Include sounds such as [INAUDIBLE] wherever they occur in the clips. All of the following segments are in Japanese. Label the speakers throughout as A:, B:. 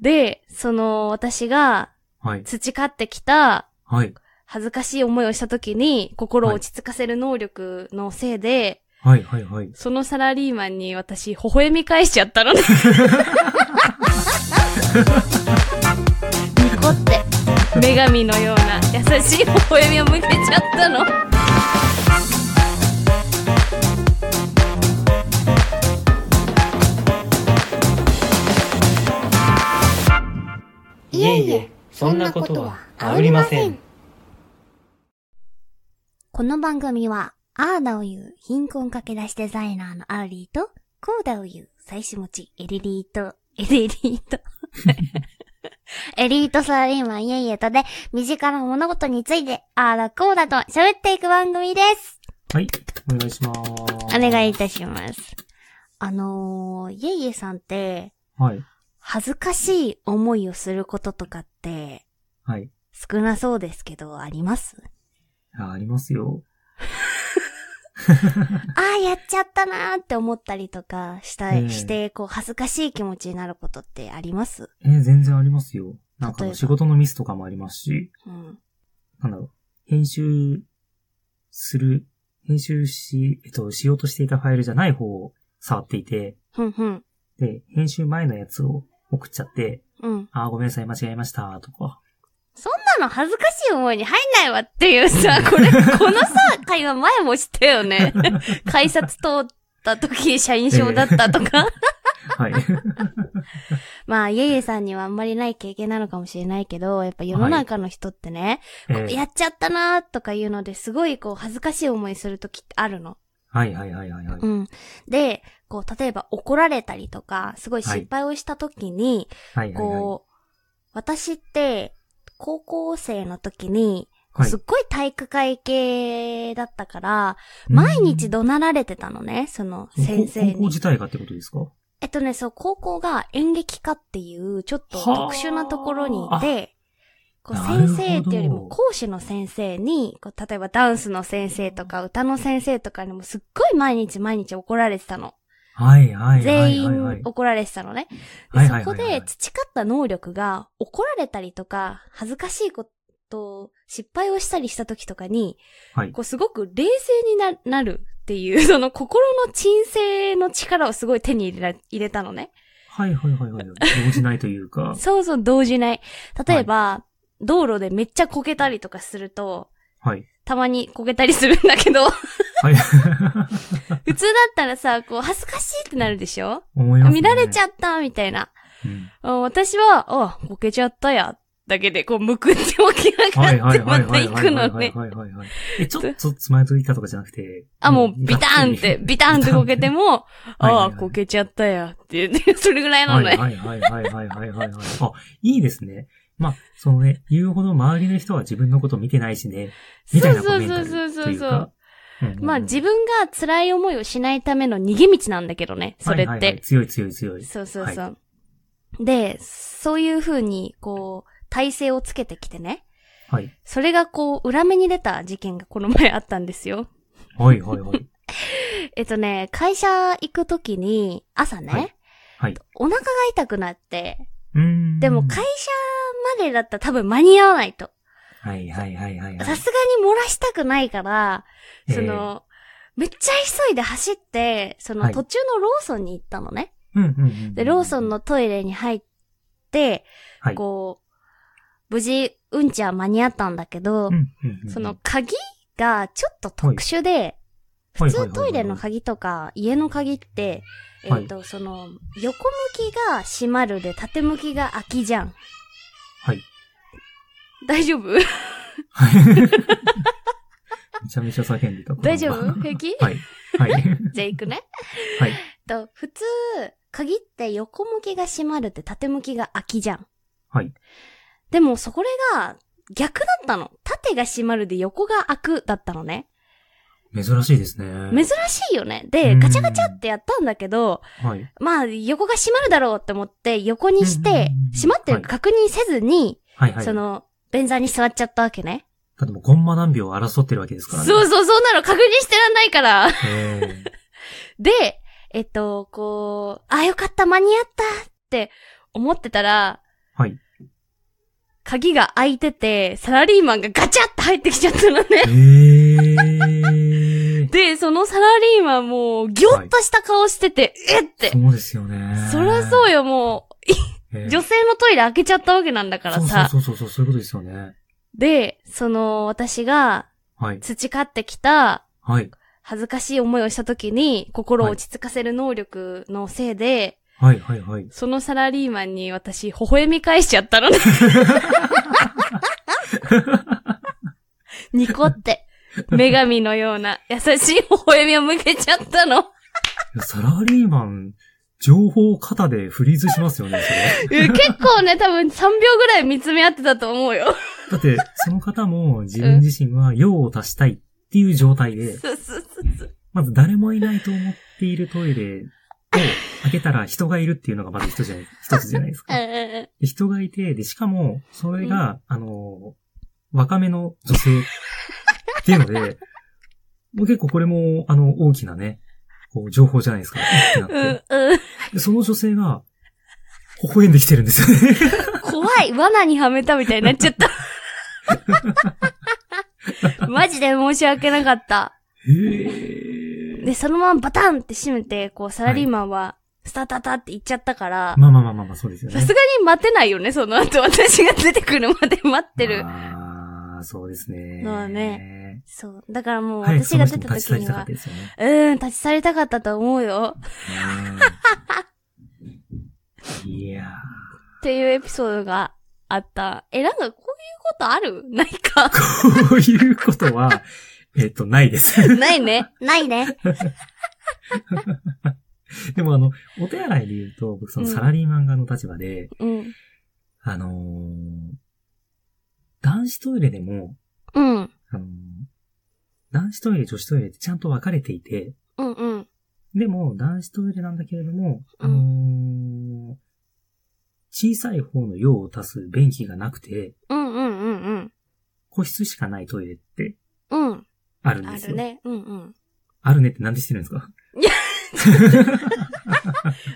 A: で、その、私が
B: はい。
A: 培ってきた
B: はい。
A: 恥ずかしい思いをした時に心を落ち着かせる能力のせいで、
B: はい、はい、はい。
A: そのサラリーマンに私、微笑み返しちゃったのね。
C: ニコって。
A: 女神のような優しい微笑みを向けちゃったの。
C: いえいえ、そんなことは煽りません。この番組は、アーダを言う貧困駆け出しデザイナーのアーリーと、コーダを言う妻子持ちエリリーと、エリリーと、 [LAUGHS] エリートサラリーマンいえいえとで、身近な物事について、アーダコーダと喋っていく番組です。
B: はい。お願いしま
C: お
B: ーす。
C: 願いいたします。あのー、いえいえさんって、
B: はい。
C: 恥ずかしい思いをすることとかって、
B: はい。
C: 少なそうですけど、あります
B: あありますよ。
C: ああ、やっちゃったなーって思ったりとかした、
B: ええ
C: して、こう、恥ずかしい気持ちになることってあります
B: えー全然ありますよ。なんかあ
C: 例え
B: の
C: ば
B: 仕事のミスとかもありますし、
C: うん。
B: なんだろう。編集する、編集し、えっと、しようとしていたファイルじゃない方を触っていて、
C: ふんふん。
B: で、編集前のやつを送っちゃって、
C: うん。
B: あーごめんなさい、間違えました、とか。
C: そんなの恥ずかしい思いに入んないわっていう [LAUGHS] さ、これ、このさ、会話前もしたよ [LAUGHS] ね。改札通った時、社員証だったと [LAUGHS] か。
B: はい。
C: まあ、いえいえさんにはあんまりない経験なのかもしれないけど、やっぱ世の中の人ってね、
B: え
C: こう
B: ー
C: やっちゃったなーとかいうのですごいこう、恥ずかしい思いするときってあるの。
B: はいはいはいはいはい。
C: うん。で、こう、例えば怒られたりとか、すごい失敗をした時に、
B: はいはいはい。
C: こう、私って、高校生の時に、こう
B: はい
C: すっごい体育会系だったから、毎日
B: ど
C: 怒鳴られてたのね、その先生
B: 高校
C: に
B: 自。体がってことですか
C: えっとね、そう、高校が演劇科っていう、ちょっと
B: はあ
C: 特殊なところにいて、こう
B: な
C: 先
B: るほど
C: 生っていうよりも講師の先生に、こう例えばダンスの先生とか歌の先生とかにもすっごい毎日毎日怒られてたの。
B: はいはいは
C: 全
B: いはいはい。
C: 員怒られてたのね。
B: は
C: で
B: い
C: そ
B: はいはいはい
C: こで培った能力が怒られたりとか、恥ずかしいこと、失敗をしたりした時とかに、
B: はい
C: こうすごく冷静にななるっていう、 [LAUGHS] その心の鎮静の力をすごい手に入れら入れたのね。。
B: はいはいはいはい。動じないというか
C: そうそう、動じない。例えば、道路でめっちゃこけたりとかすると、
B: はい。
C: たまにこけたりするんだけど、 [LAUGHS]
B: はい。
C: 普通だったらさ、こう恥ずかしいってなるでしょ、
B: 思います、ね。
C: 見られち
B: ゃ
C: ゃったみたいな。
B: うん。
C: あ私は、あ、こけちゃったや、だけで、こう、むくって起き
B: はい
C: 上が
B: は
C: っ
B: い
C: て、
B: は
C: ま
B: い
C: た
B: はい
C: 行
B: は
C: く
B: いは
C: の
B: いはい
C: ね。
B: はいはいはい。え、ちょっとつまよといたとかじゃなくて。
C: あ、もう、ビターンって、ビターンってこけて
B: も。
C: も、
B: [LAUGHS] はいはい
C: ああ、こけちゃったや、って [LAUGHS] 言って、それぐらいな
B: は
C: の
B: い
C: ね。
B: はいはいはいはいはいはい。あ、いいですね。まあ、そのね、言うほど周りの人は自分のこと見てないしね。みたいなコメントというか。
C: そうそうそうそうそう
B: うんうんうん。
C: まあ、自分が辛い思いをしないための逃げ道なんだけどね、それ
B: はい
C: っ
B: はいはい
C: て。
B: 強い強い強い。
C: そうそうそう。で、そういう風に、こう、体勢をつけてきてね。
B: はい。
C: それがこう、裏目に出た事件がこの前あったんですよ。
B: はいはいはい。
C: えっとね、会社行くときに、朝ね、
B: はいはい
C: お腹が痛くなって、
B: うーん。
C: でも会社までだったら多分間に合わないと。
B: はいはいはいはいはい。
C: さすがに漏らしたくないから、
B: ええ
C: その、めっちゃ急いで走って、その
B: はい
C: 途中のローソンに行ったのね。
B: うんうんうん。
C: で、ローソンのトイレに入って、
B: はい
C: こう、無事、うんちは間に合ったんだけど、
B: うん、うんうんうん
C: その、鍵がちょっと特殊で、
B: は
C: 普
B: いはいはいはい
C: 通トイレの鍵とか家の鍵って、えっ、
B: はい
C: と、その、横向きが閉まるで縦向きが開きじゃん。
B: はい。
C: 大丈夫
B: [LAUGHS] めちゃめちゃ叫んでた。
C: 大丈
B: 子供
C: 夫
B: が
C: 平気
B: はい。
C: [LAUGHS]
B: はい。
C: じゃあ行くね。
B: はい。
C: と、普通、鍵って横向きが閉まるで縦向きが開きじゃん。
B: はい。
C: でも、そこれが逆だったの。縦が閉まるで横が開くだったのね。
B: 珍しいですね。
C: 珍しいよね。で、
B: うん
C: ガチャガチャってやったんだけど、
B: はい。
C: まあ、横が閉まるだろうって思って、横にして
B: うん、
C: 閉まってるか確認せずに、
B: はいはい。
C: その、便座に座っちゃったわけね。
B: だってもう、ゴンマ何秒を争ってるわけですからね。
C: そうそう、そうなの確認してらんないから。
B: えー
C: で、えっと、こう、あ、よかった、間に合ったって思ってたら、 [LAUGHS]
B: はい。
C: 鍵が開いてて、サラリーマンがガチャって入ってきちゃったのね。
B: えー。
C: で、そのサラリーマンもう、ギョッとした顔してて、えって。
B: そうですよね。
C: そりゃそう
B: よ。
C: よ、もう、女性のトイレ開けちゃったわけなんだからさ。
B: そうそうそうそう、そういうことですよね。
C: で、その、私が
B: はい。
C: 培ってきた、
B: はい。
C: 恥ずかしい思いをした時に、心を落ち着かせる能力のせいで、
B: はい、はい、はい。
C: そのサラリーマンに私、微笑み返しちゃったのね。ニコって、女神のような優しい微笑みを向けちゃったの。
B: いやサラリーマン、情報肩でフリーズしますよね、そ
C: え結構ね、多分3秒ぐらい見つめ合ってたと思うよ。
B: れ。だって、その方も自分自身は用を足したいっていう状態で、
C: そうそうそうそう
B: まず誰もいないと思っているトイレを開けたら人がいるっていうのがまず一つじゃない一つじゃないで
C: [LAUGHS]
B: す
C: うん
B: か。
C: うんうん。
B: で人がいて、で、しかも、それが、あの、若めの女性っていうので、もう結構これも、あの、大きなね、こう情報じゃないですか。大きく
C: う
B: なって
C: んうん。
B: でその女性
C: [LAUGHS]
B: が、微笑んできてるんですよね。 [LAUGHS]
C: 怖い。罠にはめたみたいになっちゃった。マジで申し訳なかった。
B: へえ。
C: で、そのままバタンって閉めて、こう、サラリーマンは、スタタタって行っちゃったから、
B: まあまあまあまあまあ、そうですよ
C: さ
B: ね。
C: すがに待てないよね、その後。私が出てくるまで待ってる。
B: ああ、そうですね。
C: のはね。そう。だからもう、
B: はい、
C: 私
B: そ
C: が
B: の
C: 出
B: 人も
C: た
B: 立
C: 時
B: ち去り
C: に
B: たかっ
C: は
B: た、ですよね。
C: うーん、立ち去りたかったと思うよ。
B: うんいやー。
C: っていうエピソードがあった。え、なんかこういうことあるないか。
B: こういうことは、 [LAUGHS] えっと、ないです。 [LAUGHS]
C: ないね。
D: ないね。
B: でもあの、お手洗いで言うと、僕その
C: うん
B: サラリーマン側の立場で、
C: うん。
B: あのー男子トイレでも、
C: うん。
B: あのー男子トイレ、女子トイレってちゃんと分かれていて、
C: うんうん。
B: でも、男子トイレなんだけれども、
C: うん
B: あのー小さい方の用を足す便器がなくて、
C: うんうんうん
B: 個室しかないトイレって
C: うん。うん。
B: あるん
C: あ
B: です
C: る
B: よ。あるね。
C: ね。うんうん。
B: ってなんでしてるんですか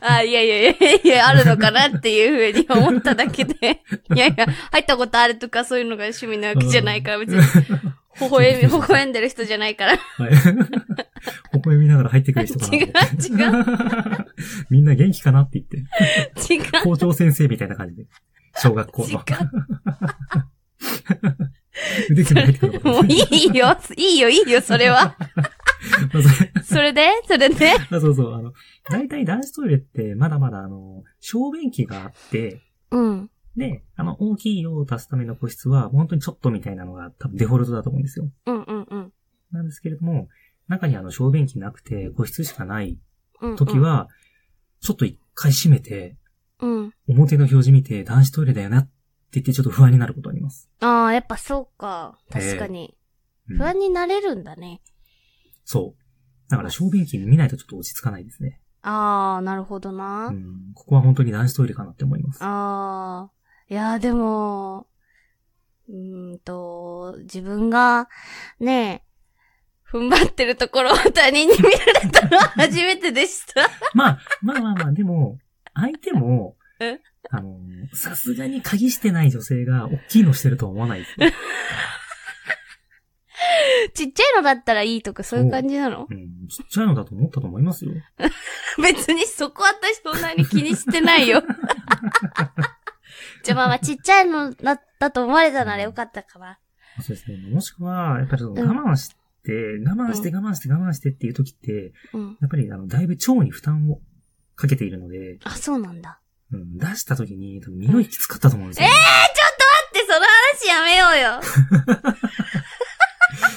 C: あ、いやいやいやいや、あるのかなっていうふうに思っただけ [LAUGHS] で。いやいや、入ったことあるとかそういうのが趣味なわけじゃないから、別に。微笑み、微笑んでる人じゃない [LAUGHS] から。
B: [LAUGHS] はい。微笑みながら入ってくる人かな。
C: 違う
B: う。 [LAUGHS] みんな元気かなって言って。
C: 違う。
B: 校長先生みたいな感じで。小学校
C: 違
B: の。
C: う。
B: 腕組んで入ってくる
C: もういいよ。いいよ、いいよ、それは。
B: [LAUGHS] まあそれ
C: それでそれで
B: あそうそう。あの、大体男子トイレってまだまだあの、小便器があって、
C: うん。
B: で、あの、大きい用を足すための個室は、本当にちょっとみたいなのが多分デフォルトだと思うんですよ。
C: うんうんうん。
B: なんですけれども、中にあの、小便器なくて、個室しかない
C: うんうん
B: 時、は、ちょっと一回閉めて、
C: うん。
B: 表の表示見て、男子トイレだよなって言って、ちょっと不安になることあります。
C: ああ、やっぱそうか。確かに。
B: うん
C: 不安になれるんだね。
B: そう。だから、小便器見ないとちょっと落ち着かないですね。
C: ああ、なるほどな。
B: うん、ここは本当に男子トイレかなって思います。
C: ああ。いやー、でも、うーんと、自分が、ねえ、踏ん張ってるところを他人に見られたのは初めてでした。
B: まあ、まあまあまあ、でも、相手も
C: え、
B: あの、さすがに鍵してない女性が、大きいのしてるとは思わないですね。
C: [LAUGHS] ちっちゃいのだったらいいとか、そういう感じなの
B: うん、ちっちゃいのだと思ったと思いますよ。
C: 別にそこ私そんなに気にしてない [LAUGHS] よ。
D: じゃあまあまあ、ちっちゃいのだったと思われたならよかったかな。
B: そうですね。もしくは、やっぱりその
C: うん
B: 我慢して、我慢して我慢して我慢してっていう時って、
C: うん。
B: やっぱりあの、だいぶ腸に負担をかけているので、
D: あ、そうなんだ。
B: うん、出した時に、多分匂いきつかったと思うんですよ、
C: で、その話やめよ [LAUGHS] うよ。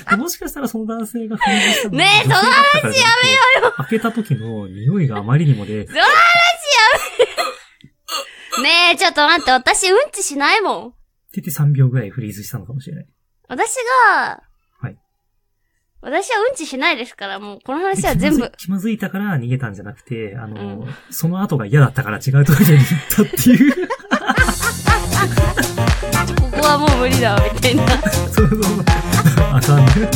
B: でもしかしたらその男性が不倫した
C: ねえ
B: 話やめようよ開けた時の匂いがあまりにもで、
D: ねえ、ちょっと待って、私うんちしないもん。
B: 出て3秒ぐらいフリーズしたのかもしれない。
D: 私が、
B: はい。
D: 私はうんちしないですから、もうこの話は
B: で
D: 全部。
B: 気まずい気まずいたから逃げたんじゃなくて、あの、その後が嫌だったから違うところに行ったっていう。 [LAUGHS]
C: ここはもう無理だわ、みたいな。
B: そうそうそう。あかんね。